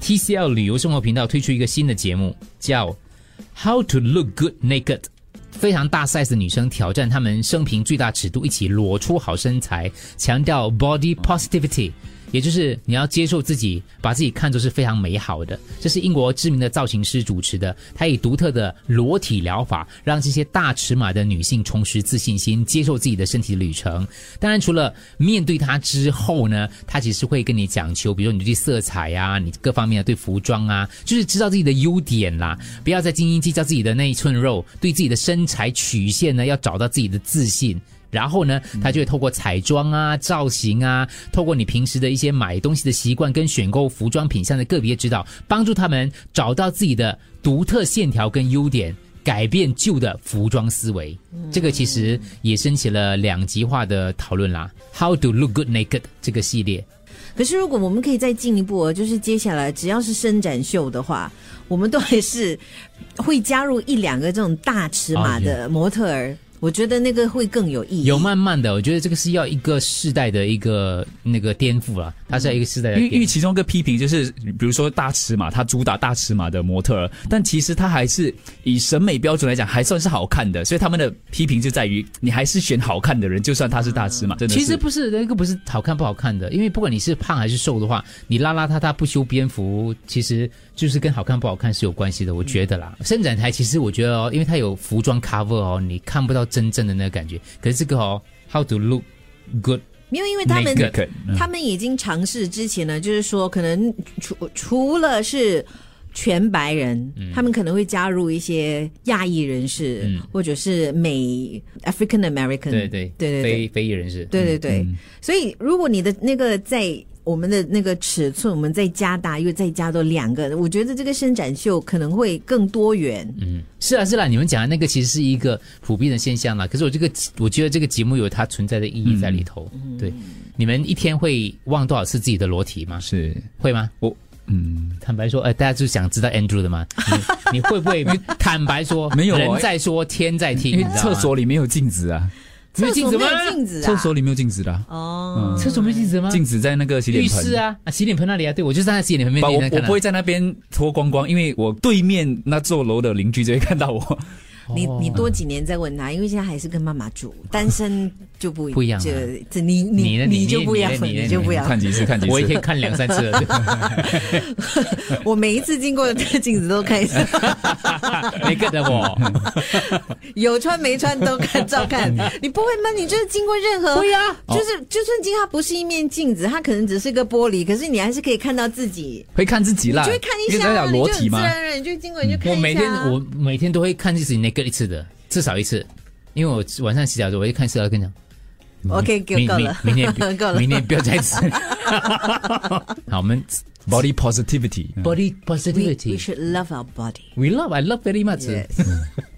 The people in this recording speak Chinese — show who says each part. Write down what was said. Speaker 1: TCL 旅游生活频道推出一个新的节目，叫《How to Look Good Naked》。非常大 size 的女生挑战她们生平最大尺度，一起裸出好身材，强调 body positivity，也就是你要接受自己，把自己看作是非常美好的。这是英国知名的造型师主持的，他以独特的裸体疗法，让这些大尺码的女性重拾自信心，接受自己的身体旅程。当然，除了面对它之后呢，他其实会跟你讲求，比如说你对色彩呀、你各方面的对服装啊，就是知道自己的优点啦，不要再斤斤计较自己的那一寸肉，对自己的身材曲线呢，要找到自己的自信。然后呢，他就会透过彩妆啊、造型啊，透过你平时的一些买东西的习惯跟选购服装品相的个别指导，帮助他们找到自己的独特线条跟优点，改变旧的服装思维。这个其实也升起了两极化的讨论啦。How to look good naked 这个系列，
Speaker 2: 可是如果我们可以再进一步哦，就是接下来只要是伸展秀的话，我们都还是会加入一两个这种大尺码的模特儿，我觉得那个会更有意义。
Speaker 1: 哦有慢慢的，我觉得这个是要一个世代的一个那个颠覆了，它是要一个世代的
Speaker 3: 因为因
Speaker 1: 颠
Speaker 3: 为
Speaker 1: 覆。
Speaker 3: 其中一个批评就是，比如说大尺码，它主打大尺码的模特儿，但其实它还是以审美标准来讲，还算是好看的。所以他们的批评就在于，你还是选好看的人，就算他是大尺码，真的是
Speaker 1: 其实不是那个不是好看不好看的，因为不管你是胖还是瘦的话，你邋邋遢遢不修边幅，其实就是跟好看不好看是有关嗯系的，我觉得啦。伸展台其实我觉得哦，因为它有服装 cover 哦，你看不到真正的那个感觉。可是这个哦，How to look good
Speaker 2: 没有，因为他们
Speaker 1: Naked
Speaker 3: 可
Speaker 2: 他们已经尝试之前呢，就是说可能除除了是全白人，他们可能会加入一些亚裔人士，
Speaker 1: 嗯
Speaker 2: 或者是美 African American，
Speaker 1: 对对
Speaker 2: 对对
Speaker 1: 非
Speaker 2: 对
Speaker 1: 非裔人士，
Speaker 2: 对对
Speaker 1: 嗯
Speaker 2: 对。所以如果你的那个在我们的那个尺寸，我们再加大，又再加多两个，我觉得这个伸展秀可能会更多元。
Speaker 1: 是啊，是啦、你们讲的那个其实是一个普遍的现象啦。可是我这个，我觉得这个节目有它存在的意义在里头。对，你们一天会忘多少次自己的裸体吗？
Speaker 3: 是
Speaker 1: 会吗？
Speaker 3: 我嗯，
Speaker 1: 坦白说，呃，大家就想知道 Andrew 的嘛？你你会不会坦白说？
Speaker 3: 没有哦
Speaker 1: 人在说，天在听，
Speaker 3: 因
Speaker 1: 你
Speaker 3: 为
Speaker 1: 知道吗啊
Speaker 3: 厕所里没有镜子啊，
Speaker 1: 没有
Speaker 2: 厕
Speaker 1: 镜
Speaker 2: 所
Speaker 1: 子
Speaker 2: 没
Speaker 1: 吗？
Speaker 2: 有镜子啊，
Speaker 3: 厕所里没有镜子的啊、
Speaker 2: 哦，
Speaker 1: 厕所没有镜子吗？
Speaker 3: 镜子在那个洗
Speaker 1: 啊浴
Speaker 3: 脸盆
Speaker 1: 室。啊，啊，洗脸盆那里啊，对我就站在洗脸盆
Speaker 3: 把
Speaker 1: 面
Speaker 3: 我
Speaker 1: 前
Speaker 3: 我
Speaker 1: 看
Speaker 3: 不会在那边脱光光，因为我对面那座楼的邻居就会看到我。
Speaker 1: 哦
Speaker 2: 你你多几年再问他，因为现在还是跟妈妈住，单身就不
Speaker 1: 不一样啊
Speaker 2: 就这你
Speaker 1: 你呢
Speaker 2: 你
Speaker 1: 你
Speaker 2: 就不一样
Speaker 1: 你，呢你呢
Speaker 2: 就不一样。
Speaker 3: 看几次，看几次。
Speaker 1: 我一天看两三次了。对
Speaker 2: 我每一次经过这个镜子都看，
Speaker 1: 你跟着我，
Speaker 2: 有穿没穿都看照看。你不会吗？你就是经过任何对呀、就是就算今天它不是一面镜子，它可能只是个玻璃，可是你还是可以看到自己，
Speaker 3: 会看自己
Speaker 2: 你
Speaker 3: 啦，
Speaker 2: 就会看一
Speaker 3: 因为
Speaker 2: 下
Speaker 3: 大家
Speaker 2: 啊，
Speaker 3: 有
Speaker 2: 你
Speaker 3: 裸
Speaker 2: 就
Speaker 3: 体
Speaker 2: 自
Speaker 3: 嘛。
Speaker 2: 然而然你就经过你就看一下
Speaker 1: 我
Speaker 2: 啊。
Speaker 1: 每天我每天都会看自己 naked 一次的，至少一次，因为我晚上洗澡的时候我就看洗澡，跟你讲。
Speaker 2: OK，够
Speaker 1: 明
Speaker 2: 够
Speaker 1: 明
Speaker 2: 了
Speaker 1: 明天
Speaker 2: 够了
Speaker 1: 明天不要再吃。好，我们
Speaker 3: Body positivity，嗯
Speaker 1: body
Speaker 2: We we
Speaker 1: positivity，we
Speaker 2: should love our body.
Speaker 1: love I love very much。
Speaker 2: Yes.